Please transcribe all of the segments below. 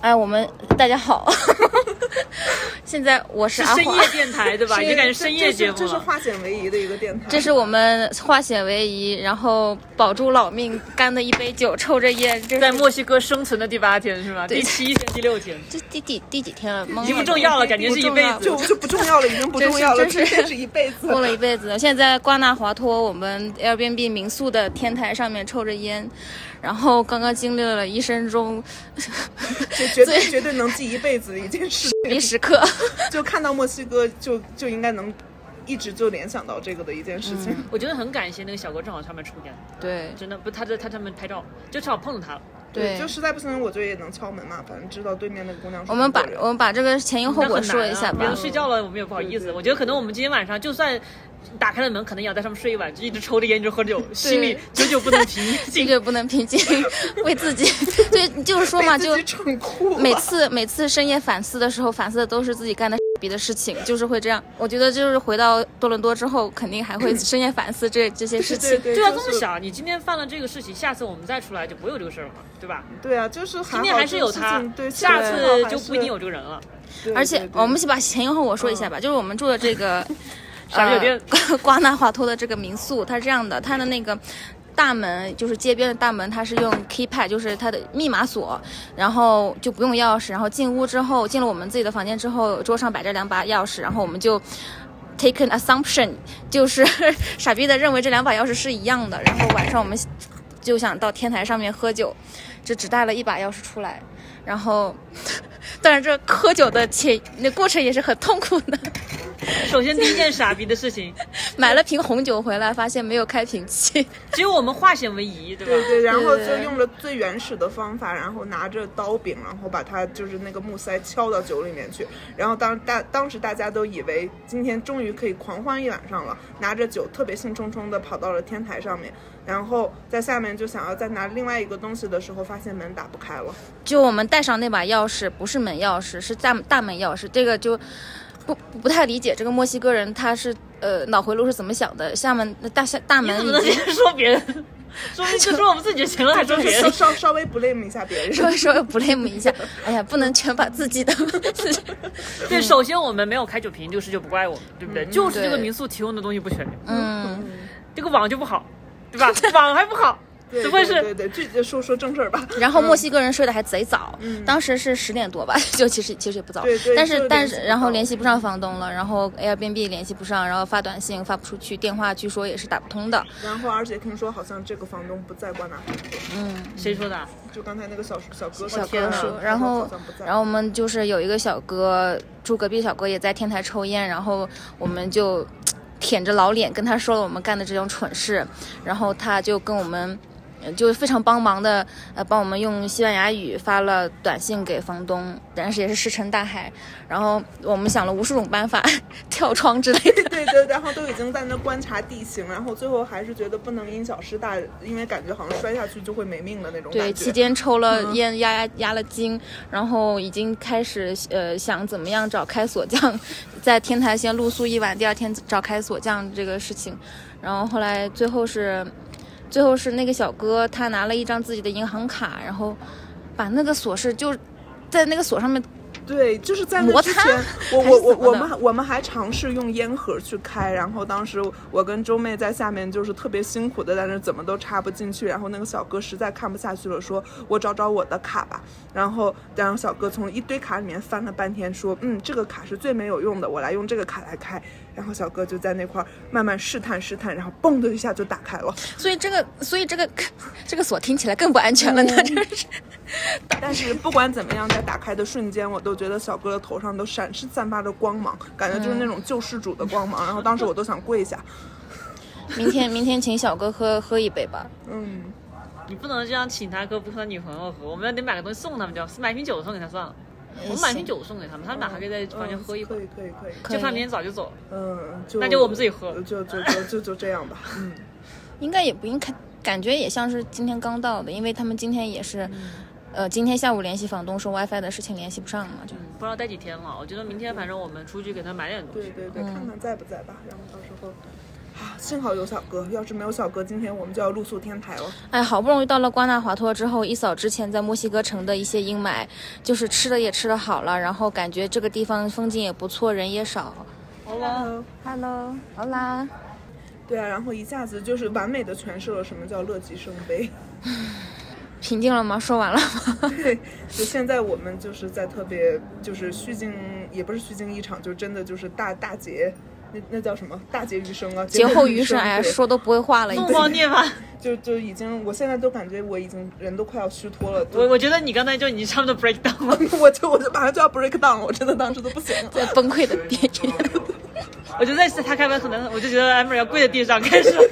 哎，我们大家 好，现在我是是阿深华夜，电台 对吧？已经感觉深夜节目这是了。化险为夷的一个电台。这是我们化险为夷，然后保住老命，干的一杯酒，抽着烟，这是在墨西哥生存的第八天是吗？对第七天、第六天，这第第第几天了？懵了已经不重要了感觉是一辈子不重要就就不重要了，已经不重要了，真是真是这是一辈子。过了一辈子，现在在瓜纳华托我们 Airbnb 民宿的天台上面抽着烟，然后刚刚经历了一生中 这绝对最绝对能记一辈子的一件事。离时刻，就看到墨西哥就，就应该能一直就联想到这个的一件事嗯情。我觉得很感谢那个小哥，正好上面抽烟，对真的不，他在他上面拍照，就正好碰到他了。对，就实在不行，我就也能敲门嘛，反正知道对面那个姑娘是我们把中国人我们把这个前因后那果很难说啊一下别吧人。睡觉了，我们也不好意思。对对我觉得可能我们今天晚上就算打开了门，可能也要在上面睡一晚，就一直抽着烟，一直喝酒，心里久久不能平这静。个不能平静， 为自己，对，就是说嘛，被就自己蠢哭了。每次每次深夜反思的时候，反思的都是自己干的逼的事情，就是会这样。我觉得就是回到多伦多之后，肯定还会深夜反思这这些事对情。对对，对啊，就是这么想，你今天犯了这个事情，下次我们再出来就不会有这个事儿了嘛，对吧？对啊，就是今今天还是有他，对，下幸次好还就不一定有是。这个人了。对而且对对我们先把前因后果说一下吧，就是我们住的这个傻逼酒店呃、 瓜纳华托的这个民宿，它是这样的，它的那个。大门就是街边的大门，它是用 keypad，就是它的密码锁，然后就不用钥匙。然后进屋之后，进了我们自己的房间之后，桌上摆着两把钥匙，然后我们就 take an assumption，就是 傻逼的认为这两把钥匙是一样的。然后晚上我们就想到天台上面喝酒，就只带了一把钥匙出来，然后。 当然，这喝酒的前那过程也是很痛苦的。首先第一件傻逼的事情，买了瓶红酒回来，发现没有开瓶器， 只有我们化险为夷，对吧？对对，然后对就用了最原始的方法，然后拿着刀柄，然后把它就是那个木塞敲到酒里面去。然后当大当时大家都以为今天终于可以狂欢一晚上了，拿着酒特别兴冲冲的跑到了天台上面，然后在下面就想要再拿另外一个东西的时候，发现门打不开了。就我们带上那把钥匙，不是门钥匙，是大大门钥匙。这个就不不太理解，这个墨西哥人他是呃脑回路是怎么想的？厦门大厦大你门怎么能已这 经样说别人？说明就说我们自己就行了，还说就别是稍人？稍稍微 blame 一下别人。说说 blame 一下，哎呀，不能全把自己的 对，首先我们没有开酒瓶，这个事就不怪我们，嗯对不对？就是这个对民宿提供的东西不全面，嗯，这个网就不 好，对吧？网还不好，对只会对是对对，这这说说正事儿吧。然后墨西哥人睡得还贼早，当时是十点多吧， 就其实其实也不早，嗯对对但就是是但联系是不然后到联系不上房东了，然后 Airbnb 联系不上，然后发短信发不出去，电话据说也是打不通的，然后而且听说好像这个房东不在瓜纳华托，谁说的啊？就刚才那个小小哥小天哥啊说，然然后好像不在然后我们就是有一个小哥住隔壁，小哥也在天台抽烟，然后我们就舔着老脸跟他说了我们干的这种蠢事，然后他就跟我们。呃就非常帮忙的，呃，帮我们用西班牙语发了短信给房东，但是也是石沉大海。然后我们想了无数种办法， 跳窗之类的。 对对，然后都已经在那观察地形，然后最后还是觉得不能因小失大，因为感觉好像摔下去就会没命的那种对，感期觉。间抽了烟，压压压了惊，然后已经开始呃想怎么样找开锁匠，在天台先露宿一晚，第二天找开锁匠这个事情，然后后来最后是，最后是那个小哥他拿了一张自己的银行卡，然后把那个锁是就在那个锁上面，对，就是在那之摩前，我还是我怎么我我的们还我们还尝试用烟盒去开，然后当时我跟周妹在下面就是特别辛苦的在那怎么都插不进去，然后那个小哥实在看不下去了，说我找找我的卡吧，然后然后小哥从一堆卡里面翻了半天，说嗯这个卡是最没有用的，我来用这个卡来开，然后小哥就在那块儿慢慢试探试探，然后嘣的一下就打开了。所以这个所以这个这个锁听起来更不安全了呢，真是。但是不管怎么样，在打开的瞬间，我都觉得小哥的头上都闪是散发着光芒，感觉嗯就是那种救世主的光芒。然后当时我都想跪下。明天明天请小哥喝喝一杯吧，嗯，你不能这样请他哥不和他女朋友喝，我们得买个东西送他们就好，买瓶酒送给他算了。哎我们买瓶酒送给他们，他们俩还可以在房间喝一会嗯可儿，以可以可以。可就以怕明天早就走了。嗯，就那就我们自己喝就就就就就这样吧。 嗯，应该也不应该，感觉也像是今天刚到的，因为他们今天也是，呃，今天下午联系房东说 WiFi 的事情联系不上嘛，就嗯，不知道待几天了，我觉得明天反正我们出去给他买点东对西。对对，看看在不在吧。然后到时候啊，幸好有小哥，要是没有小哥，今天我们就要露宿天台了。哎，好不容易到了瓜纳华托之后，一扫之前在墨西哥城的一些阴霾，就是吃的也吃的好了，然后感觉这个地方风景也不错，人也少。好了， Hello，好啦，对啊，然后一下子就是完美的诠释了什么叫乐极生悲。平静了吗？说完了吗？ 对， 就现在我们就是在特别就是虚惊，也不是虚惊一场，就真的就是大大节，那那叫什么大节余生啊，劫后余余生，哎呀，对说都不会话了，已凤经。凰涅槃。就就已经，我现在都感觉我已经人都快要虚脱了，我我我觉得你刚才就已经差不多 break down 了， 我就我就马上就要 break down，了我真的当时都不行了。在崩溃的边缘，我觉得在他开门可能我就觉得 Amber 要跪在地上开始。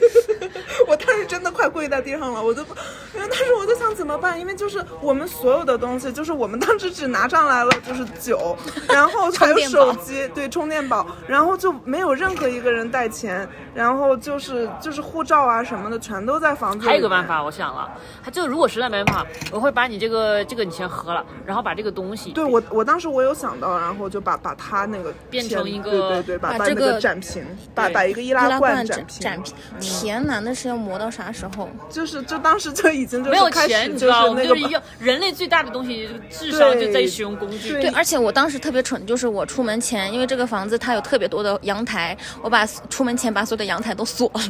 我当时真的快跪在地上了，我就不，因为当时我就想怎么办，因为就是我们所有的东西，就是我们当时只拿上来了就是酒，然后还充有电宝手机，对，充电宝，然后就没有任何一个人带钱，然后就是就是护照啊什么的全都在房子 里。还有一个办，法，我想了，他就如果实在没办法，我会把你这个这个你先喝了，然后把这个东西对我我当时我有想到，然后就把把它那个变片成一个对对对，把把把这那个个展平，把对把一个易易拉罐展平，展平，天呐，那是要磨到啥时候？就是就当时就已经就是没有开始钱，你知就是道，我们那就个是把要人类最大的东西，智商就在于使用工具。对对，而且我当时特别蠢，就是我出门前，因为这个房子它有特别多的阳台，我把出门前把所有的阳台都锁了。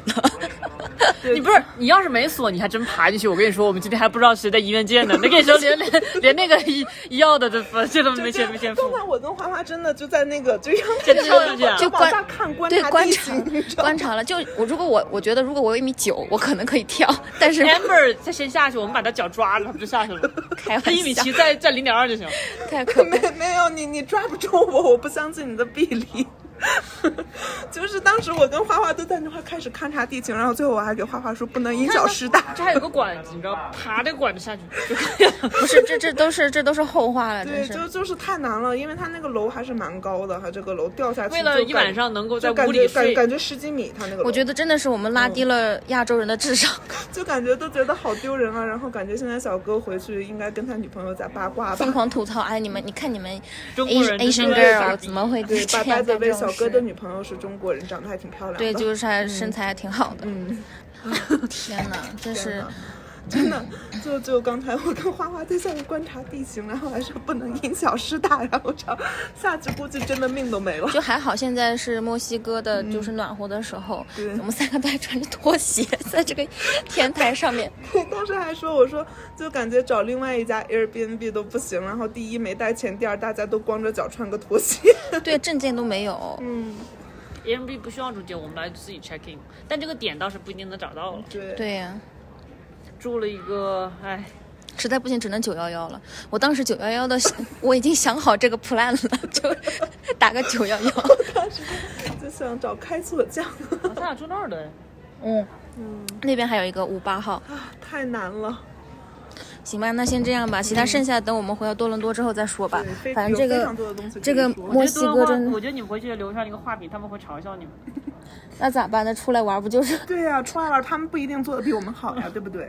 你不是你要是没锁，你还真爬进去。我跟你说，我们今天还不知道谁在医院见呢。那个时候连连连那个医医药的这这都没就见这没样见付刚。才我跟花花真的就在那个 就让先跳上去啊就往观下看观对察观地察形，你知道吗观察了，就我如果我我觉得如果我有一米九，我可能可以跳，但是 Amber 他先下去，我们把他脚抓了，他不就下去了？开玩他笑，一米七，再再零点二就行。太可怕没。没有你，你抓不住我，我不相信你的臂力。 就是当时我跟花花都在那块开始勘察地形，然后最后我还给花花说不能因小失大。这还有个管子，你知道，爬这管子 下去。 不是，这这都是这都是后话了，真对，是。就就是太难了，因为它那个楼还是蛮高的，它这个楼掉下去为了就一感晚上能够在就感屋觉里感睡，感觉十几米，它那个楼我觉得真的是我们拉低了亚洲人的智商。就感觉都觉得好丢人啊。然后感觉现在小哥回去应该跟他女朋友在八卦吧疯。狂吐槽，哎，你们，你看你们中国 Asian 人就是 Asian 傻 girl 逼怎么 会这对，样八八的干这位种小哥的事？女朋友是中国人，长得还挺漂亮的。对，就是他身材还挺好的。嗯，天哪，真天是哪真的，就就刚才我跟花花在下面观察地形，然后还说不能因小失大，然后这样下去估计真的命都没了。 就还好，现在是墨西哥的，就是暖和的时候，嗯对我们三个都还穿着拖鞋，在这个天台上 面。当时还说我说就感觉找另外一家 Airbnb 都不行，然后第一没带钱，第二大家都光着脚穿个拖鞋。对，证件都没有。嗯， Airbnb 不需要中介，我们来自己 check in，但这个点倒是不一定能找到了。对。对呀、嗯住了一个，哎，实在不行只能九幺幺了。我当时九幺幺的，我已经想好这个 plan 了，就 打个九幺 幺。就想找开锁匠， 咱俩住那儿的，嗯，那边还有一个五八号。太难了。行吧，那先这样吧，其他剩下等我们回到多伦多之后再说吧嗯对，非。反正这有非个常多的东西可以这个说墨西哥真我的，觉得你回去留下那个画笔，他们会嘲笑你们。那咋办？那出来玩不就是对呀、出来玩他们不一定做的比我们好呀，对不对？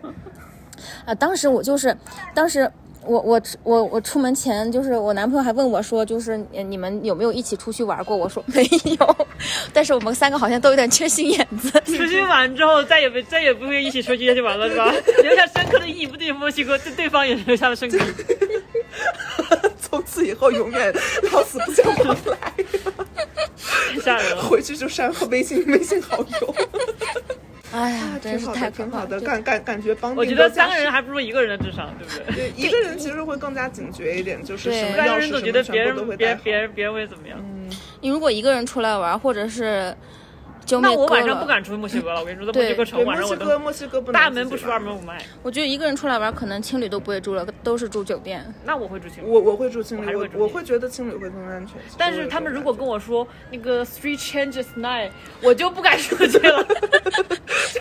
啊？当时我就是，当时。我我我我出门前，就是我男朋友还问我说，就是呃你们有没有一起出去玩过？我说没有， 但是我们三个好像都有点缺心眼 子。 出去玩之后，再也没再也不会一起出去出去玩了，是 吧？留下深刻的意义，不仅墨西哥，对对方也留下了深刻的意义。 从此以后永远老死不相往来。 太吓人了。回去就删微信微信好 友，哎呀，真挺是好太的，可挺怕好了。的，就感感感觉帮我定觉都得加三个人还不如一个人的智商，对 不对？对一个人其实会更加警觉一点，就是对什么三个钥匙人什总么觉得别全部都会人别带人好别人别人会怎么样？你如果一个人出来玩，或者是就那没我哥晚上不了，敢出墨西哥了，我跟你说，在墨对西哥对城晚墨上我西都哥墨西哥不能大门自己不出玩二门。不迈。我觉得一个人出来玩，可能情侣都不会住了，都是住酒店。那我会出去。我我会住青我还旅，是我会住我青会觉得青旅会更安全。但我有是这他种们如 感果觉跟我说那个 three changes night，我就不敢出去 了。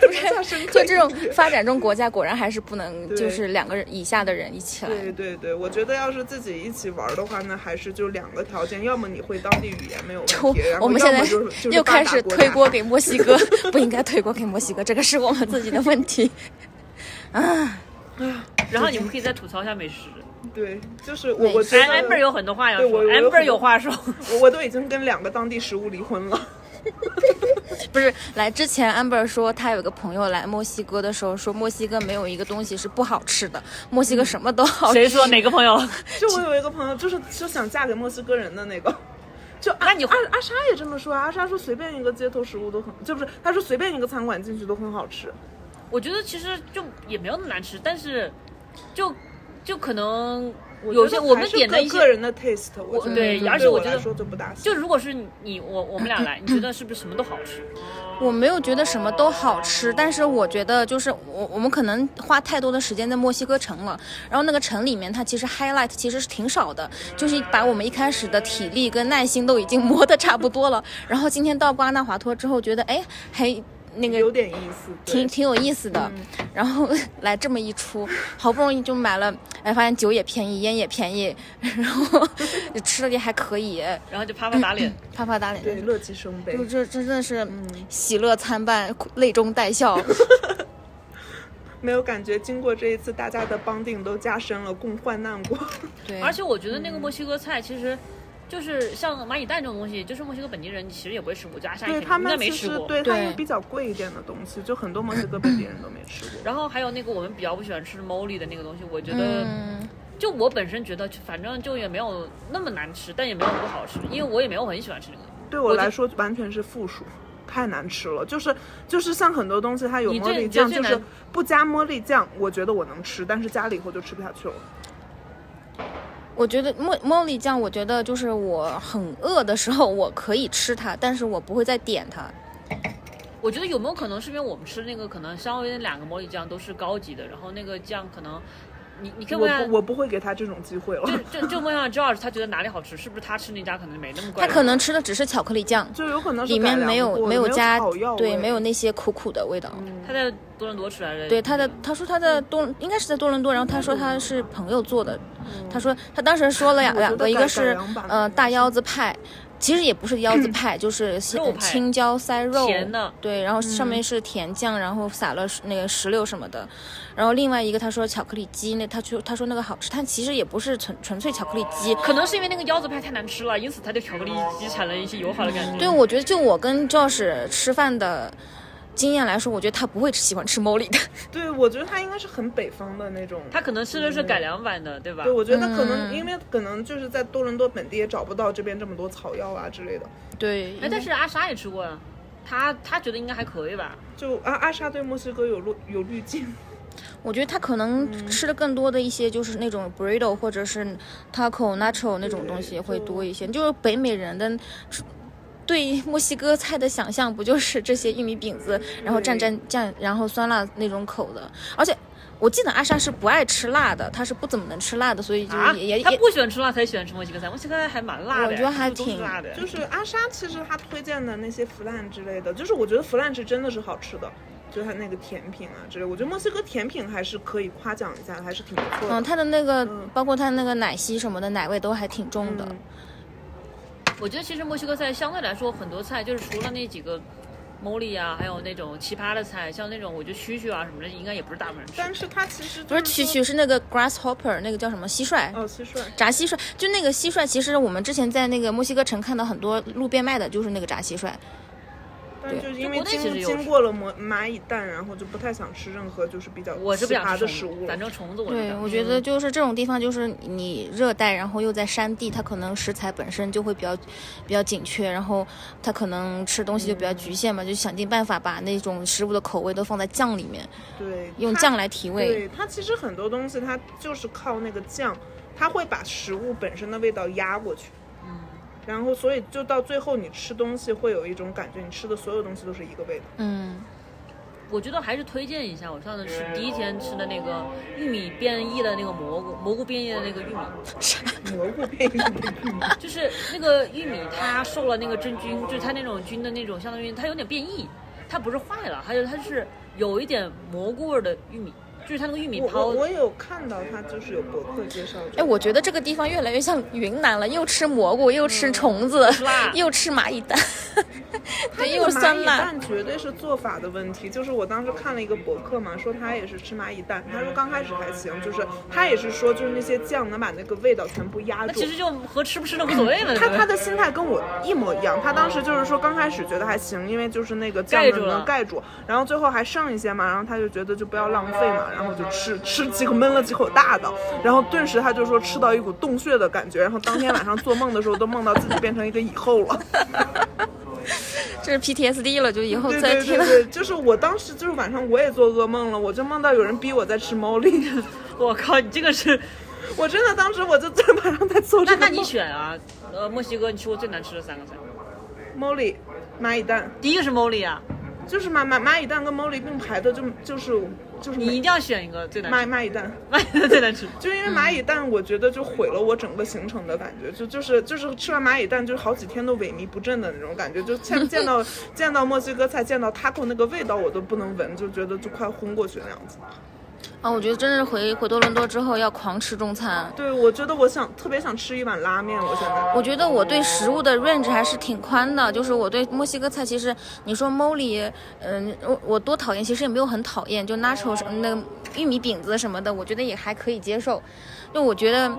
更加深刻就一这种 点发展中国家，果然还是不能对就是两个人以下的人一起来。对对对，我觉得要是自己一起玩的话呢，还是就两个条件，要么你会当地语言没有问我题， 然后我们要现么在就是就是又八开大始国推家锅给墨西哥， 不应该推锅给墨西哥，这个是我们自己的问题。 然后你们可以再吐槽一下美食。对，就是我我觉得哎，amber 有很多话要对说我有很多，amber 有话说。我我都已经跟两个当地食物离婚了，不是来之前，amber 说她有个朋友来墨西哥的时候说，墨西哥没有一个东西是不好吃的，墨嗯西哥什么都好吃。 谁说哪个朋友？就我有一个朋友，就是就想嫁给墨西哥人的那个。就阿那你阿阿莎也这么说啊，阿莎说随便一个街头食物都很，就不是，她说随便一个餐馆进去都很好吃。我觉得其实就也没有那么难吃，但是就就可能有些我们点的的一个些，人的 taste，我觉得对就而且对我我觉来得说就不大行。就如果是你我我们俩来，你觉得是不是什么都好吃？我没有觉得什么都好吃，但是我觉得就是我我们可能花太多的时间在墨西哥城了，然后那个城里面它其实 highlight 其实是挺少的，就是把我们一开始的体力跟耐心都已经磨得差不多了，然后今天到瓜纳华托之后觉得哎还那个有点意思，对挺挺有意思的。然后 来这么一出，好不容易就买了，哎，发现酒也便宜，烟也便宜， 然后吃的也还可以，然后就啪啪打 脸，啪啪打对，脸。乐极生悲就。嗯这真的是喜乐参半，泪中带笑。没有感觉，经过这一次，大家的帮定都加深了，共患难过。 对， 而且我觉得那个墨西哥菜其实。就是像蚂蚁蛋这种东西，就是墨西哥本地人其实也不会吃过，就阿莎以对前他应该们没其吃实过。对它因为对比较贵一点的东西，就很多墨西哥本地人都没吃过。然后还有那个我们比较不喜欢吃的 moly 的那个东西，我觉得、嗯，就我本身觉得，反正就也没有那么难吃，但也没有不好吃，因为我也没有很喜欢吃那个东西。对我我就来说完全是负数，太难吃了。就是就是像很多东西，它有你茉最莉你觉得酱，最就是难不加茉莉酱，我觉得我能吃，但是加了以后就吃不下去了。我觉得茉茉莉酱，我觉得就是我很饿的时候我可以吃它，但是我不会再点它。我觉得有没有可能是因为我们吃那个可能稍微那两个魔力酱都是高级的，然后那个酱可能你你可以我问一下不，我不会给他这种机会了。就就就问一下 George，他觉得哪里好吃，是不是他吃那家可能没那么它怪？可能吃的只是巧克力酱，就有可能是里面改良没有过没有加草药，对，味没有那些苦苦的味道。他在多伦多吃来的，对他的，他说他在嗯多应该是在多伦多，然后他说他是朋友做的，他说他当时说了两嗯 我觉得两个，一改个是良版嗯呃的大腰子派，其实也不是腰子派，就是青肉派青椒塞肉，甜的对，然后嗯上面是甜酱，然后撒了那个石榴什么的，然后另外一个他说巧克力鸡，那他说他说那个好吃，但其实也不是纯纯粹巧克力鸡。可能是因为那个腰子派太难吃了，因此他对巧克力鸡产了一些友好的感觉。对，我觉得就我跟 Josh 吃饭的经验来说，我觉得他不会喜欢吃 Molly 的。 对，我觉得他应该是很北方的那种。他可能吃的是改良版的，对吧对，？我觉得他可嗯能、因为可能就是在多伦多本地也找不到这边这么多草药啊之类的。对，哎，但是阿莎也吃过啊，他他觉得应该还可以吧。就阿阿莎对墨西哥有路有滤镜，我觉得他可能吃的更多的一些就是那种 burrito 或者是 taco nacho 那种东西会多一些，就是北美人的对墨西哥菜的想象不就是这些玉米饼子，然后蘸蘸蘸，然后酸辣那种口的，而且。我记得阿莎是不爱吃辣的，她是不怎么能吃辣的，所以就啊也、也他也，不喜欢吃辣，他喜欢吃墨西哥菜。墨西哥菜还蛮辣的，我觉得还就是都是挺辣的。就是阿莎其实她推荐的那些腐烂之类的，就是我觉得腐烂是真的是好吃的，就是它那个甜品啊之类，我觉得墨西哥甜品还是可以夸奖一下，还是挺不错的。嗯，她的那个、嗯包括她那个奶昔什么的奶味都还挺重的，嗯我觉得其实墨西哥菜相对来说很多菜，就是除了那几个 m o l 啊，还有那种奇葩的菜，像那种我觉得蛐蛐啊什么的，应该也不是大部分人吃。但是它其实不就是蛐蛐，是那个 grasshopper 那个叫什么蟋蟀，哦，蟋蟀，炸蟋蟀，就那个蟋蟀，其实我们之前在那个墨西哥城看到很多路边卖的，就是那个炸蟋蟀。但就对是因为就国内其实经有经过了蚂蚂蚁蛋，然后就不太想吃任何就是比较我是不奇想葩吃虫的食子物了反。正虫子我是不对，想我吃。嗯觉得就是这种地方，就是你热带，然后又在山地，它可能食材本身就会比较比较紧缺，然后它可能吃东西就比较局限嘛，就想尽办法把那种食物的口味都放在酱里面，对，用它酱来提味。对它其实很多东西，它就是靠那个酱，它会把食物本身的味道压过去。然后，所以就到最后，你吃东西会有一种感觉，你吃的所有东西都是一个味道。嗯，我觉得还是推荐一下我上次吃第一天吃的那个玉米变异的那个蘑菇，蘑菇变异的那个玉米，蘑菇变异的玉米，就是那个玉米它受了那个真菌，就是它那种菌的那种，相当于它有点变异，它不是坏了，还有它是有一点蘑菇味儿的玉米。就是它那个玉米我我泡，我有看到他就是有博客介绍这哎，个。我觉得这个地方越来越像云南了，又吃蘑菇，又吃虫子，辣又吃蚂蚁蛋，嗯它对，那又个是酸蚂蚁辣。蛋绝对是做法的问题。就是我当时看了一个博客嘛，说他也是吃蚂蚁蛋，他说刚开始还行，就是他也是说就是那些酱能把那个味道全部压那住其。实就和吃不吃都无所谓了。他对他的心态跟我一模一样，他当时就是说刚开始觉得还行，因为就是那个酱盖住能了能盖住，然后最后还剩一些嘛，然后他就觉得就不要浪费嘛，然后就吃吃几口闷了几口大的，然后顿时他就说吃到一股洞穴的感觉，然后当天晚上做梦的时候都梦到自己变成一个蚁后 了。这是 PTSD 了，就以后对再对听对对，就是我当时就是晚上我也做噩梦了，我就梦到有人逼我在吃猫栗，我靠，你这个是，我真的当时我就在晚上在做那这个那梦。你选啊，呃，墨西哥你吃过最难吃的三个菜，猫栗、蚂蚁蛋，第一个是 Molly 啊，就是蚂蚂蚂蚁蛋跟猫栗并排的就，就是就是你一定要选一个最难蚂吃，蚂蚁蛋。最难吃。就因为蚂蚁蛋，我觉得就毁了我整个行程的感觉，就就是就是吃完蚂蚁蛋，就好几天都萎靡不振的那种感觉，就见见到见到墨西哥菜，见到 taco 那个味道我都不能闻，就觉得就快昏过去那样子。啊！我觉得真的是回回多伦多之后要狂吃中餐。对，我觉得我想特别想吃一碗拉面，我现在。我觉得我对食物的认知还是挺宽的，就是我对墨西哥菜，其实你说 moly，嗯，我我多讨厌，其实也没有很讨厌，就 nacho 什么那个玉米饼子什么的，我觉得也还可以接受。就我觉得，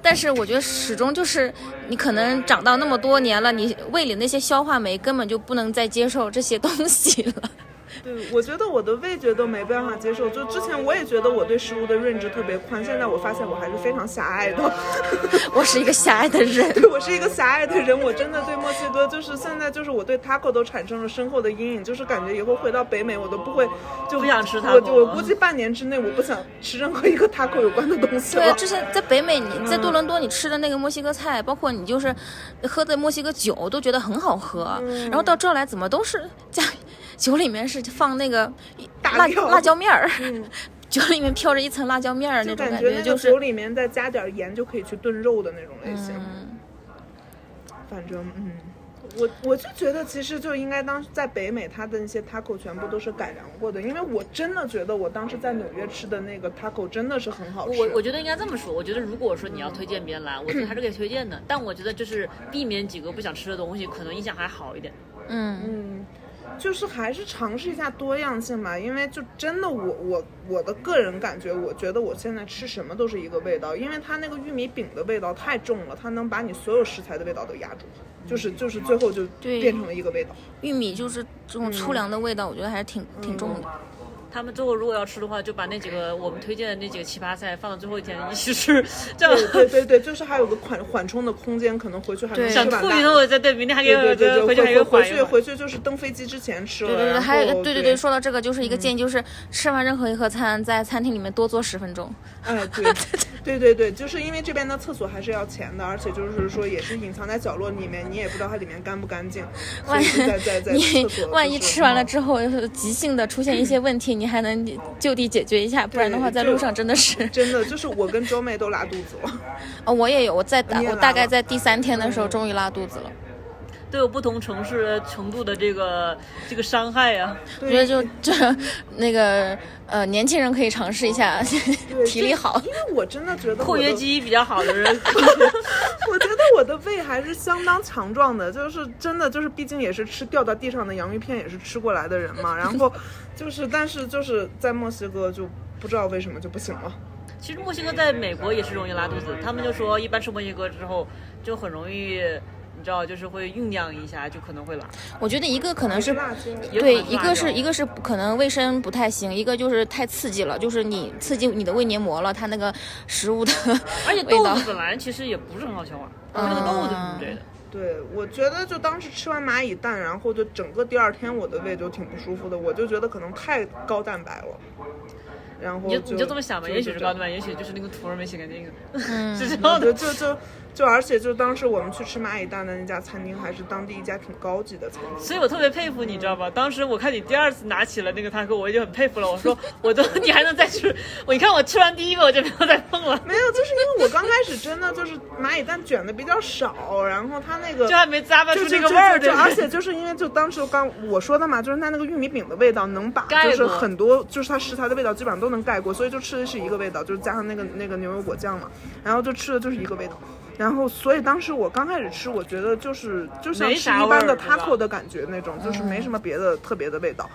但是我觉得始终就是你可能长到那么多年了，你胃里那些消化酶根本就不能再接受这些东西了。 对，我觉得我的味觉都没办法接受。就之前我也觉得我对食物的认知特别宽，现在我发现我还是非常狭隘的。我是一个狭隘的人。 对我是一个狭隘的人，我真的对墨西哥就是现在就是我对 taco 都产生了深厚的阴影，就是感觉以后回到北美我都不会就不想吃我 taco 我了估计半年之内我不想吃任何一个 taco 有关的东西对，了。 之前在北美，你在嗯多伦多你吃的那个墨西哥菜，包括你就是喝的墨西哥酒，都觉得很好喝。嗯然后到这儿来，怎么都是加酒里面是放那个大辣料辣椒面儿， 嗯酒里面飘着一层辣椒面儿那种就感感觉那就个是酒里面再加点盐就可以去炖肉的那种类型。嗯，反正嗯，我我就觉得其实就应该当时在北美，它的那些 taco 全部都是改良过的，因为我真的觉得我当时在纽约吃的那个 taco 真的是很好 吃。我我觉得应该这么说，我觉得如果说你要推荐别人来，我觉得还是可以推荐的，但我觉得就是避免几个不想吃的东西，可能印象还好一点。嗯，嗯，就是还是尝试一下多样性吧，因为就真的我我我的个人感觉，我觉得我现在吃什么都是一个味道，因为它那个玉米饼的味道太重了，它能把你所有食材的味道都压住，就是就是最后就对变成了一个味道。玉米就是这种嗯粗粮的味道，我觉得还是挺挺重的。他们最后如果要吃的话，就把那几个我们推荐的那几个奇葩菜放到最后一天一起 吃，这对样对对对，就是还有个缓缓冲的空间，可能回去还能对吃想完吐大一的。吐，再对，明天还给对对对我回对，回去还给回缓一去缓。回去就是登飞机之前吃了，对对对，然还有后对对嗯对，说到这个，就是一个建议，就是吃完任何一盒餐，在餐厅里面多坐十分钟。 哎， 对，对对对，就是因为这边的厕所还是要钱的，而且就是说也是隐藏在角落里面，你也不知道它里面干不 干净。所万以一就在在在厕你所万就一是吃完了之后急性的出现一些问题，你还能就地解决一下，不然的话对在就路上真的是。真的就是我跟周妹都拉肚子了，哦，我也有，我在你也我拉大概了嗯在第三天的时候终于拉肚子了，都有不同城市的程度的这个 这个伤害啊。 我对觉得就这那个呃年轻人可以尝试一下， 对体这力好因。为我真的觉得括我约的肌比较好的人， 我觉得我的胃还是相当强壮的，就是真的就是，毕竟也是吃掉到地上的洋芋片，也是吃过来的人嘛。然 后就是，但是就是在墨西哥就不知道为什么就不行了。 其实墨西哥在美国也是容易拉肚子，他们就说一般吃墨西哥之后就很容易，你知道，就是会酝酿一下，就可能会拉。我觉得一个可能是吃辣椒，也对，可能一辣个椒是一个是可能卫生不太行，一个就是太刺激了，就是你刺激你的胃黏膜了，它那个食物的而且味豆道子。本来其实也不是很好消化，那个豆子什么之类的。对，我觉得就当时吃完蚂蚁蛋，然后就整个第二天我的胃就挺不舒服的，我就觉得可能太高蛋白了。然后你就你就这么想吧，也许是高蛋白，白，也许就是那个土儿没洗干净，嗯是这样就的。就就就而且就当时我们去吃蚂蚁蛋的那家餐厅，还是当地一家挺高级的餐厅。所以我特别佩服你，知道吧？当时我看你第二次拿起了那个塔克，我已经很佩服了。我说 我都你还能再吃，我你看我吃完第一个我就没有再碰了，没有，就是因为我刚开始真的就是蚂蚁蛋卷的比较少，然后 它那个就还没咂巴就出就这个味儿，就就对就不对而且就是因为就当时刚我说的嘛，就是它那个玉米饼的味道能把盖就是过很多就是它食材的味道基本上都能盖过，所以就吃的是一个味道，就是加上那个那个牛油果酱嘛，然后就吃的就是一个味道。然后，所以当时我刚开始吃，我觉得就是就像没吃啥一般味儿的是吧嗯 taco 的感觉那种，就是没什么别的特别的味道。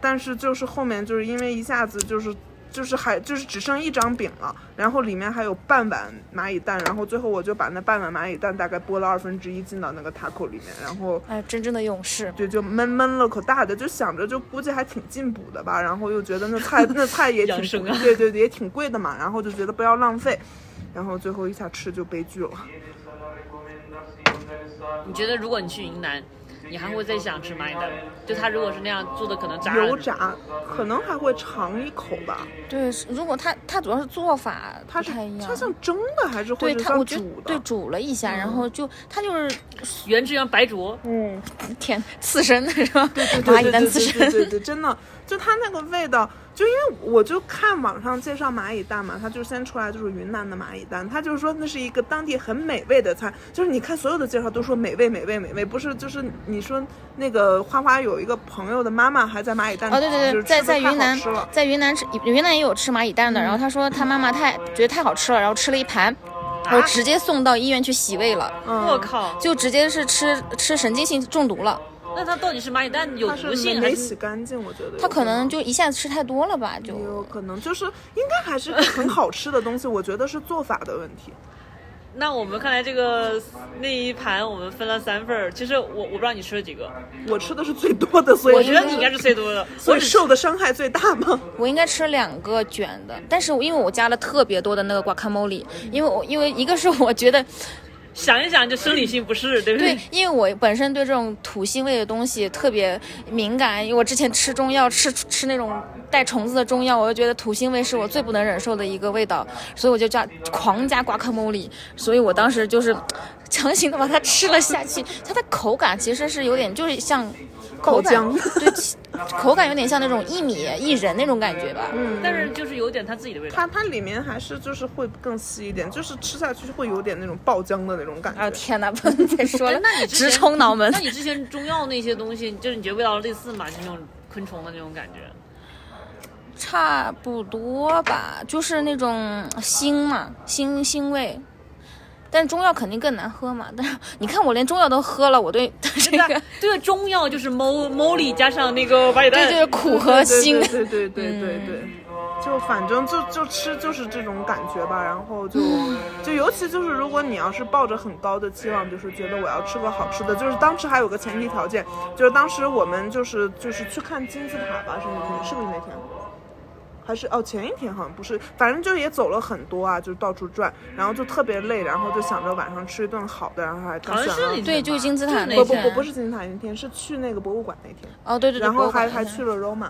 但是就是后面就是因为一下子就是就是还就是只剩一张饼了，然后里面还有半碗蚂蚁蛋，然后最后我就把那半碗蚂蚁蛋大概剥了二分之一进到那个 taco 里面，然后哎，真正的勇士。对就闷闷了口大的，就想着就估计还挺进补的吧，然后又觉得那 菜那菜也养挺生贵、啊对对对也挺贵的嘛，然后就觉得不要浪费。然后最后一下吃就悲剧了，你觉得如果你去云南，你还会再想吃蚂蚁蛋？就它如果是那样做的，可能炸了油炸可能还会尝一口吧，对，如果他他主要是做法它不是太一样它。像蒸的还是或对者他，我像觉得煮的？对煮了一下，然后就他就是原汁原白灼，嗯，舔刺身的是吧？蚂对蚁对蛋对刺对对身。 对对，真的，就它那个味道，就因为我就看网上介绍蚂蚁蛋嘛，它就先出来就是云南的蚂蚁蛋，它就是说那是一个当地很美味的菜，就是你看所有的介绍都说美味美味美味，不是就是你说那个花花有一个朋友的妈妈还在蚂蚁蛋哦，对对对，就是吃得在在太好云南吃了，。嗯在云南吃云南也有吃蚂蚁蛋的，然后他说他妈妈太觉得太好吃了，然后吃了一盘，啊然后直接送到医院去洗胃了，嗯我，靠！就直接是吃吃神经性中毒了。那它到底是蚂蚁蛋有它毒是性啊没还洗是？干净，我觉得有他可能能就一下子吃太多了吧，就也有可能就是应该还是很好吃的东西，我觉得是做法的问题。那我们看来这个那一盘我们分了三份儿，其实我我不知道你吃了几个，我吃的是最多的，所以我觉得你应该是最多的。嗯所我以只受的伤害最大吗？我应该吃两个卷的，但是我因为我加了特别多的那个 guacamole，因为嗯我因为一个是我觉得想一想就生理性不适，对不对，因为我本身对这种土腥味的东西特别敏感，因为我之前吃中药吃吃那种带虫子的中药，我就觉得土腥味是我最不能忍受的一个味道，所以我就加狂加 guacamole，所以我当时就是强行的把它吃了下去，它的口感其实是有点就是像口感爆对，其口感有点像那种薏米薏仁那种感觉吧，嗯。但是就是有点它自己的味道。它它里面还是就是会更稀一点，就是吃下去会有点那种爆浆的那种感觉。啊天哪，不能 再说了，那你之直前冲脑门那。你之前中药那些东西，就是你觉得味道类似吗？就那种昆虫的那种 感觉。差不多吧，就是那种腥嘛，腥腥味。但中药肯定更难喝嘛。但 是你看我连中药都喝了，我对 这对个啊，这个中药就是 mo molly 加上那个白蛋，对就是苦和对腥。对对对对对嗯对，就反正就就吃就是这种感觉吧，然后就嗯就尤其就是如果你要是抱着很高的期望，就是觉得我要吃个好吃的，就是当时还有个前提条件，就是当时我们就是就是去看金字塔吧，是那天是不是那天？还是哦，前一天好像不是，反正就也走了很多啊，就到处转，然后就特别累，然后就想着晚上吃一顿好的，然后还好像是你对，就金字塔就那是不那不天不不是金字塔那天，是去那个博物馆那天。哦，对对对，然后博物还馆还去了 Roma，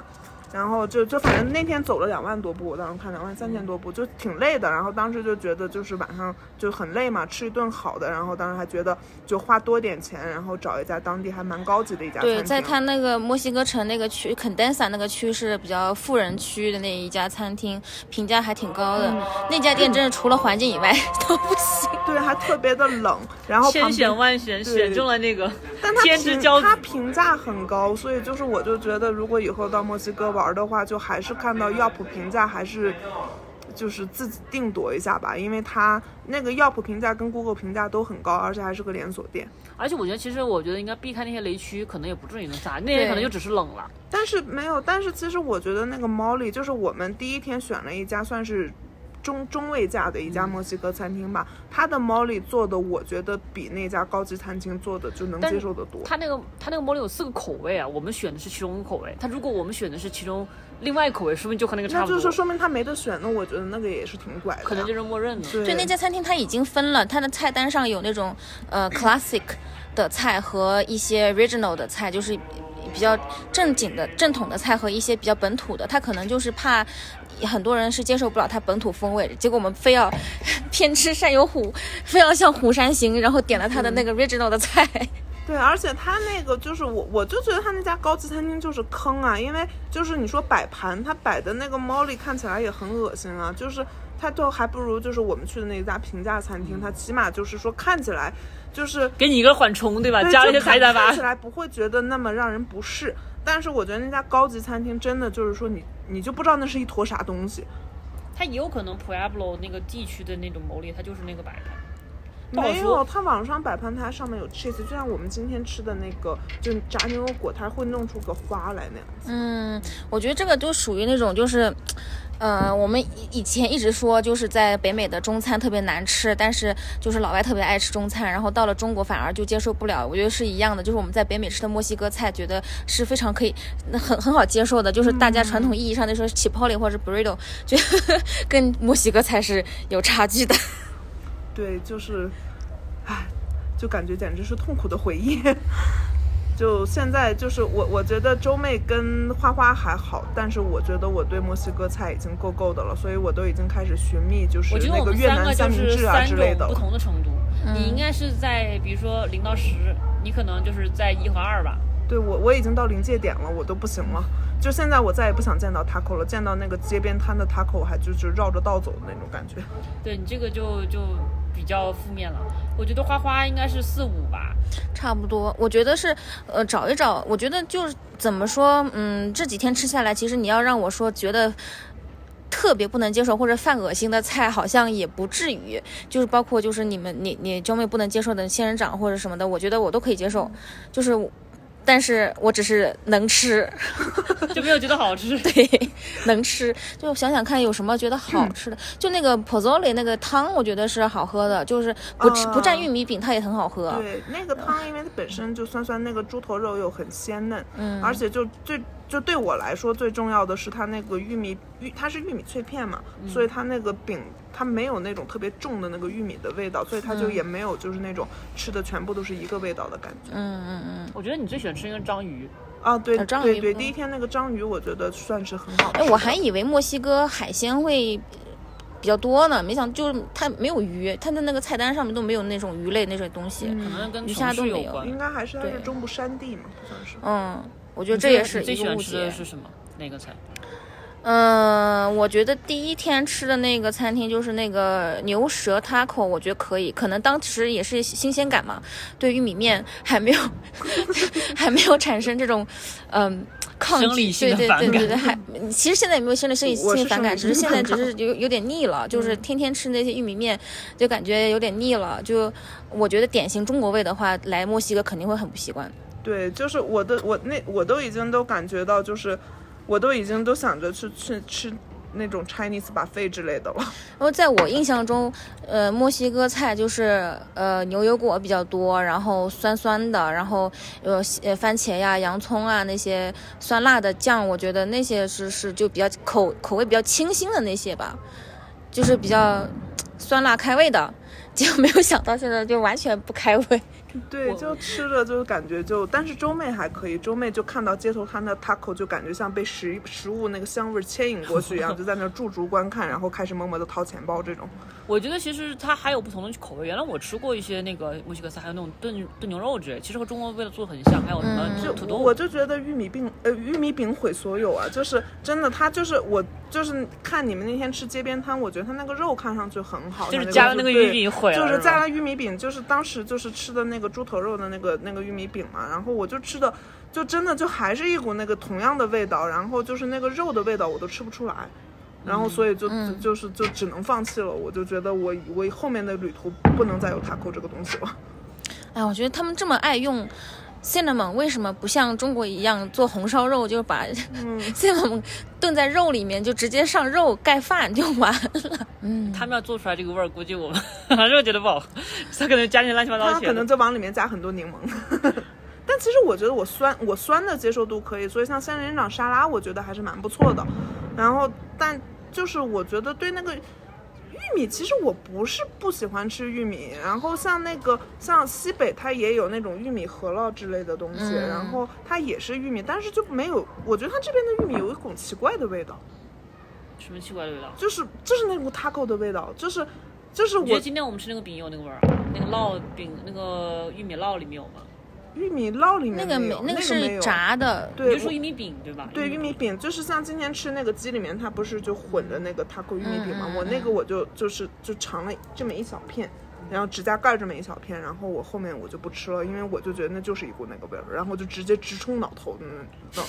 然后就就反正那天走了两万多步，我当时看两万三千多步，就挺累的。然后当时就觉得就是晚上就很累嘛，吃一顿好的，然后当时还觉得就花多点钱，然后找一家当地还蛮高级的一家餐对，厅。在他那个墨西哥城那个区肯丹萨那个区是比较富人区的那一家餐厅，评价还挺高嗯的。那家 店真是除了环境以外 都不行。对还特别的冷，然后旁千选边。万选对选中了那个但他天之评骄他子。评价很高，所以就是我就觉得，如果以后到墨西哥玩的话，就还是看到药谱评价还是。就是自己定夺一下吧，因为他那个药谱评价跟 Google 评价都很高，而且还是个连锁店。而且我觉得，其实我觉得应该避开那些雷区，可能也不至于能啥，那对些可能就只是冷了。但是没有，但是其实我觉得那个 Molly 就是我们第一天选了一家算是中中位价的一嗯家墨西哥餐厅吧，它的 Molly 做的我觉得比那家高级餐厅做的就能但接受的多。它那个它那个茉莉有四个口味啊，我们选的是其中一个口味。它如果我们选的是其中另外一口味，说明就和那个差那不多，就是说明他没得选，那我觉得那个也是挺拐的呀。可能就是默认的。对对，那家餐厅它已经分了，它的菜单上有那种呃 classic 的菜和一些 regional 的菜，就是比较正经的正统的菜和一些比较本土的。它可能就是怕很多人是接受不了它本土风味，结果我们非要 偏吃善有虎，非要像虎山行，然后点了它的那个 original 的菜。对，而且他那个就是我，我就觉得他那家高级餐厅就是坑啊，因为就是你说摆盘，他摆的那个猫力看起来也很恶心啊，就是他就还不如就是我们去的那一家平价餐厅，他起码就是说看起来就是给你一个缓冲，对吧？对啊加了一就些海胆看吧看起。来不会觉得那么让人不适。但是我觉得那家高级餐厅真的就是说你你就不知道那是一坨啥东西，它也有可能 Pueblo 那个地区的那种牟利，它就是那个摆盘。不好没有，说它网上摆盘它上面有 cheese，就像我们今天吃的那个就炸牛油果，它会弄出个花来那样。嗯，我觉得这个就属于那种就是。呃，我们以以前一直说，就是在北美的中餐特别难吃，但是就是老外特别爱吃中餐，然后到了中国反而就接受不了。我觉得是一样的，就是我们在北美吃的墨西哥菜，觉得是非常可以、很很好接受的，就是大家传统意义上的说 chipotle 或者 burrito，就跟墨西哥菜是有差距的。对，就是，唉，就感觉简直是痛苦的回忆。 就现在，就是我，我觉得周妹跟花花还好，但是我觉得我对墨西哥菜已经够够的了，所以我都已经开始寻觅，就是我觉得那我个们越三南个就三明是治啊三之种类的不了。同的程度，嗯你应该是在比如说零到十，你可能就是在一和二吧。对我，我已经到临界点了，我都不行了。就现在，我再也不想见到 taco 了，见到那个街边摊的 taco，我还就是绕着道走的那种感觉。对你这个就就比较负面了。我觉得花花应该是四五 吧，差不多，我觉得是，呃，找一找，我觉得就是怎么说，嗯，这几天吃下来，其实你要让我说觉得特别不能接受或者犯恶心的菜，好像也不至于，就是包括就是你们你你娇妹不能接受的仙人掌或者什么的，我觉得我都可以接受，就是我，但是我只是能吃， 就没有觉得好吃。对，能吃，就想想看有什么觉得好吃的，就那个 pozole 那个汤，我觉得是好喝的，就是不吃、不蘸玉米饼，它也很好喝，对，那个汤因为它本身就酸酸，那个猪头肉又很鲜嫩，嗯而且就最就对我来说最重要的是它那个玉米玉，它是玉米脆片嘛，嗯所以它那个饼它没有那种特别重的那个玉米的味道，所以它嗯就也没有就是那种吃的全部都是一个味道的感觉。嗯嗯嗯。我觉得你最喜欢吃应该是章鱼，啊，对啊章对鱼对，嗯第一天那个章鱼我觉得算是很好吃哎，的。我还以为墨西哥海鲜会比较多呢，没想就是它没有鱼，它的那个菜单上面都没有那种鱼类那种东西。可嗯能跟鱼城虾都市有没有啊关。应该还是它是对中部山地嘛，好像是。嗯我觉得这也是嗯你最一喜个欢误吃的解。是什么？哪个菜？嗯、我觉得第一天吃的那个餐厅就是那个牛舌 taco，我觉得可以，可能当时也是新鲜感嘛，对玉米面还没有 还没有产生这种嗯、抗生拒理，性对的对反对感对对，还其实现在也没有生理生理我是性反生感，理只是性现在反只感嗯是有有点腻了，就是天天吃那些玉米面，就感觉有点腻了。就我觉得典型中国胃的话，来墨西哥肯定会很不习惯。对，就是我的我那我都已经都感觉到，就是我都已经都想着去去吃那种 Chinese buffet 之类的了。然 后在我印象中，呃，墨西哥菜就是呃牛油果比较多，然后酸酸的，然后呃西呃番茄呀、洋葱啊那些酸辣的酱，我觉得那些是是就比较口口味比较清新的那些吧，就是比较酸辣开胃的。 结果没有想到现在就完全不开胃。对，就吃着就感觉就，但是周妹还可以，周妹就看到街头摊的 taco 就感觉像被食食物那个香味儿牵引过去一样，就在那儿驻足观看，然后开始默默的掏钱包这种。我觉得其实它还有不同的口味。原来我吃过一些那个墨西哥菜，还有那种炖炖牛肉之类，其实和中国味道做的很像。还有什么嗯就土我豆，我就觉得玉米饼，呃，玉米饼毁所有啊！就是真的，它就是我就是看你们那天吃街边摊，我觉得它那个肉看上去很好，就是它加了那那个个玉米毁了，就是吧加了玉米饼，就是当时就是吃的那个猪头肉的那个那个玉米饼嘛，然后我就吃的就真的就还是一股那个同样的味道，然后就是那个肉的味道我都吃不出来，然嗯后所以就、就就是就只能放弃了，我就觉得我我后面的旅途不能再有 taco 这个东西了。哎，我觉得他们这么爱用 cinnamon，为什么不像中国一样做红烧肉，就把 cinnamon 炖在肉里面，就直接上肉盖饭就完了？他们要做出来这个味儿，估计我们 还是会觉得不好。他可能加点乱七八糟的它可钱能了。就往里面加很多柠檬。但其实我觉得我酸，我酸的接受度可以，所以像仙人掌沙拉，我觉得还是蛮不错的。然后，但就是我觉得对那个玉米，其实我不是不喜欢吃玉米。然后像那个像西北，它也有那种玉米饸饹之类的东西，嗯然后它也是玉米，但是就没有，我觉得它这边的玉米有一股奇怪的味道。什么奇怪的味道？就是就是那股 taco 的味道，就是就是你觉我得今天我们吃那个饼有那个味儿啊？那个烙饼，那个玉米烙里面有吗？玉米烙里面那个没没有，那那个没是有，炸的，你对就说我玉米饼对吧？对玉米饼，就是像今天吃那个鸡里面，它不是就混的那个 taco 玉米饼嘛？嗯嗯我那个我就就是就尝了这么一小片，然后指甲盖儿这么一小片，然后我后面我就不吃了，因为我就觉得那就是一股那个味儿，然后就直接直冲脑头，嗯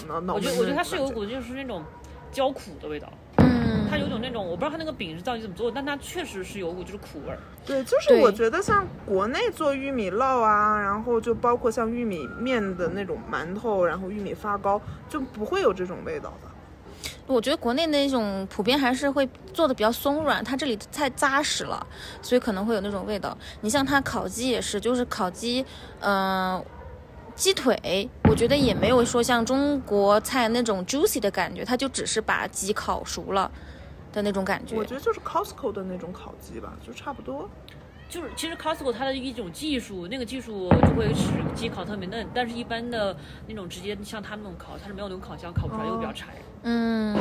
脑脑脑我门觉那得我觉得种感觉。它是有一股就是那种焦苦的味道，嗯，它有一种那种我不知道它那个饼是到底怎么做的，但它确实是有一股就是苦味儿。对，就是对我觉得像国内做玉米烙啊，然后就包括像玉米面的那种馒头，然后玉米发糕，就不会有这种味道的。我觉得国内那种普遍还是会做的比较松软，它这里太扎实了，所以可能会有那种味道。你像它烤鸡也是，就是烤鸡，嗯、鸡腿，我觉得也没有说像中国菜那种 juicy 的感觉，它就只是把鸡烤熟了的那种感觉。我觉得就是 Costco 的那种烤鸡吧，就差不多。就是其实 Costco 它的一种技术，那个技术就会使鸡烤特别嫩，但是一般的那种直接像他们那种烤，它是没有那种烤箱烤不出来，又比较柴。嗯，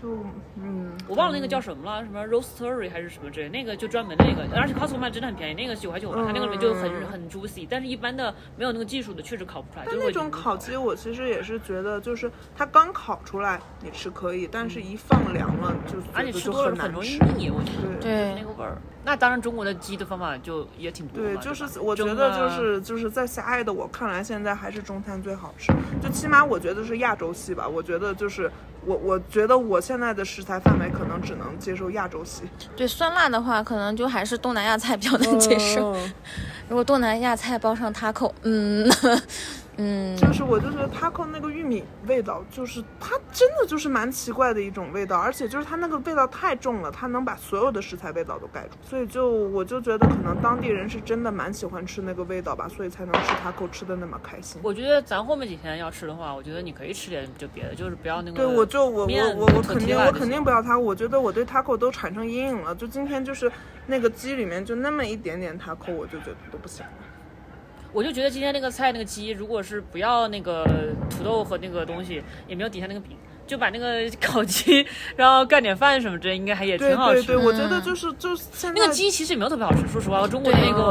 就嗯，我忘了那个叫什么了，什么 roastery 还是什么之类，那个就专门那个，而且 Costco 卖真的很便宜，那个九块九嘛，它那个里面就嗯很很 juicy，但是一般的没有那个技术的确实烤不出来。但就那会种烤鸡，我其实也是觉得，就是它刚烤出来你吃可以，但是一放凉了就而且嗯啊觉得吃就多了很很难容易吃。腻，我觉得对对那，个味儿。那当然，中国的鸡的方法就也挺多嘛对，吧就是我觉蒸得啊就是就是在狭隘的我看来，现在还是中餐最好吃。就起码我觉得是亚洲系吧，我觉得就是我我觉得我现在的食材范围可能只能接受亚洲系，对酸辣的话，可能就还是东南亚菜比较 能接受。嗯如果东南亚菜包上 taco，嗯 嗯，就是我就觉得 taco 那个玉米味道，就是它真的就是蛮奇怪的一种味道，而且就是它那个味道太重了，它能把所有的食材味道都盖住，所以就我就觉得可能当地人是真的蛮喜欢吃那个味道吧，所以才能吃 taco 吃的那么开心。我觉得咱后面几天要吃的话，我觉得你可以吃点就别的，就是不要那个。对，我就我面我我我和肯定 tequila 这我肯些定不要 taco，我觉得我对 taco 都产生阴影了。就今天就是那个鸡里面就那么一点点 taco，我就觉得都不行了。我就觉得今天那个菜那个鸡，如果是不要那个土豆和那个东西，也没有底下那个饼，就把那个烤鸡，然后干点饭什么之类，应该还也对挺好对吃。嗯对，我觉得就是就是现在那个鸡其实也没有特别好吃，说实话，中国的那个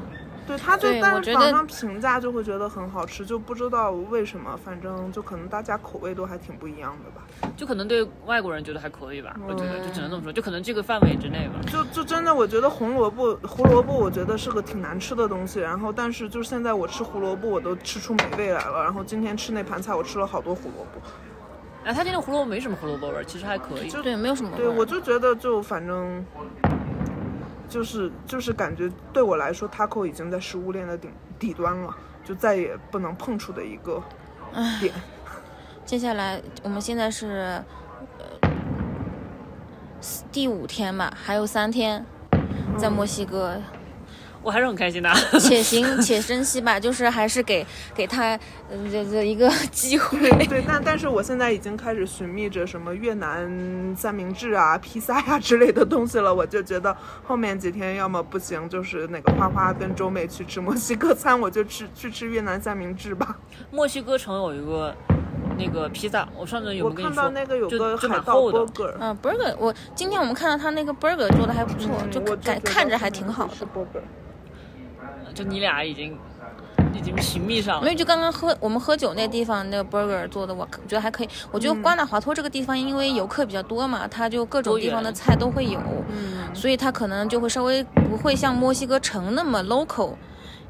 嗯，对，它就对我但是觉网得上评价就会觉得很好吃，就不知道为什么，反正就可能大家口味都还挺不一样的吧。就可能对外国人觉得还可以吧，我觉得就只能这么说，就可能这个范围之内吧。 就就真的，我觉得红萝卜胡萝卜，我觉得是个挺难吃的东西。然后，但是就是现在我吃胡萝卜，我都吃出美味来了。然后今天吃那盘菜，我吃了好多胡萝卜。然后它今天胡萝卜没什么胡萝卜味儿，其实还可以。对，没有什么味对，儿。我就觉得就反正，就是就是感觉对我来说，taco 已经在食物链的顶底端了，就再也不能碰触的一个点。接下来我们现在是呃四第五天嘛，还有三天在墨西 哥，我还是很开心的。且行且珍惜吧，就是还是给给他呃这这一个机 会。对，但但是我现在已经开始寻觅着什么越南三明治啊、披萨呀、之类的东西了。我就觉得后面几天要么不行，就是那个花花跟周美去吃墨西哥餐，我就吃去吃越南三明治吧。墨西哥城有一个那个披萨，我上次有我没有跟你看说？到那个有就个就海蛮盗厚的。 burger，嗯、b u r g e r 我今天我们看到他那个 burger 做的还不错，嗯就我感觉得看着后还面挺会好吃的。 burger 就你俩已经已经寻觅上没了。有，就刚刚喝我们喝酒那地方那个 burger 做的，我可觉得还可以。我嗯觉得瓜纳华托这个地方，因为游客比较多嘛，它就各种地方的菜都会有，嗯所以它可能就会稍微不会像墨西哥城那么 local，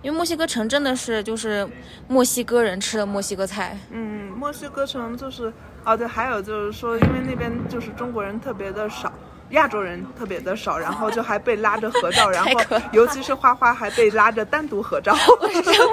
因为墨西哥城真的是就是墨西哥人吃的墨西哥菜，嗯，墨西哥城就是哦对，还有就是说，因为那边就是中国人特别的少。亚洲人特别的少，然后就还被拉着合照，然后太可怕尤其是花花还被拉着单独合照。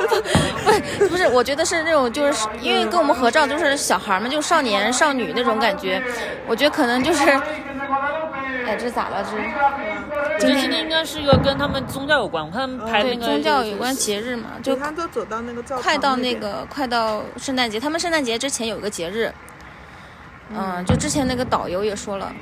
不不是，我觉得是那种就是因为跟我们合照就是小孩儿嘛，就少年少女那种感觉，我觉得可能就是，哎，这咋了这？我觉得今天应该是一个跟他们宗教有关，我看他们拍那嗯对个宗教有关节日嘛，就对，他都走到那个教堂快到那那边个快到圣诞节，他们圣诞节之前有一个节日，嗯、就之前那个导游也说了，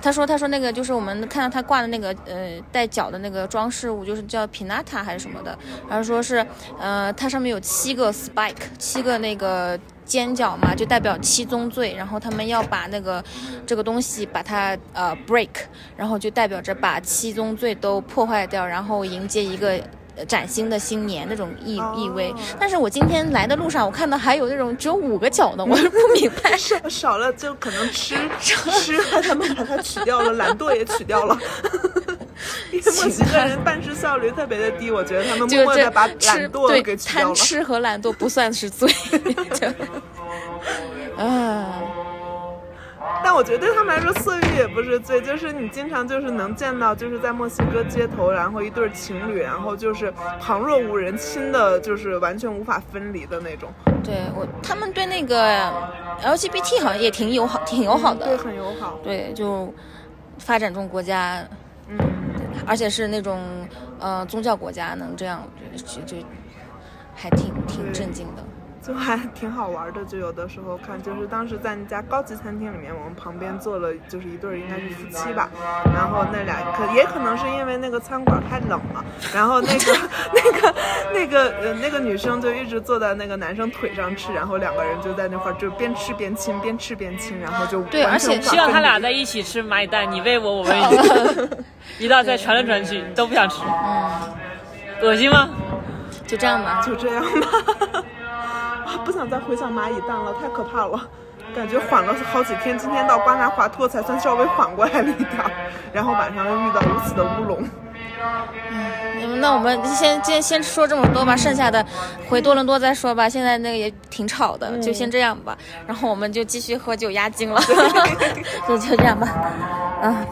他说他说那个就是我们看到他挂的那个呃带脚的那个装饰物，就是叫 pinata 还是什么的，然后说是呃它上面有七个 spike，七个那个。尖角嘛，就代表七宗罪，然后他们要把那个这个东西把它呃 break，然后就代表着把七宗罪都破坏掉，然后迎接一个呃崭新的新年那种意意味哦。但是我今天来的路上，我看到还有那种只有五个角 的，我就不明白。少少了就可能 吃吃了，他们把它取掉了，懒惰也取 掉了。因为墨西哥人办事效率特别的低，我觉得他们就默默这的把吃对懒惰给取掉贪了。吃和懒惰不算是罪，就啊。但我觉得对他们来说，色欲也不是罪，就是你经常就是能见到，就是在墨西哥街头，然后一对情侣，然后就是旁若无人，亲的就是完全无法分离的那种，对我，他们对那个呃 LGBT 好像也挺友好，挺友哦好的。嗯对，很友好，对，就发展中国家，嗯，而且是那种呃宗教国家能这样，就就就还挺挺震惊的。就还挺好玩的。就有的时候看，就是当时在那家高级餐厅里面，我们旁边坐了就是一对儿，应该是夫妻吧，然后那俩可也可能是因为那个餐馆太冷了，然后那 个那个那个呃那个女生就一直坐在那个男生腿上吃，然后两个人就在那块儿就边吃边亲，边吃边亲，然后就对完而全且无法希望他分俩离在一起吃蚂蚁蛋，你喂我，我喂 你，一道菜传来传去，都不想吃，嗯，恶心吗？就这样吧。就这样吧。 啊，不想再回想蚂蚁蛋了，太可怕了。感觉缓了好几天，今天到瓜纳华托才算稍微缓过来了一点儿，然后晚上又遇到如此的乌龙。 嗯那我们先先先说这么多吧，剩下的回多伦多再说吧。现在那个也挺吵的，就先这 样吧。然后我们就继续喝酒压惊了，就就这样吧。嗯，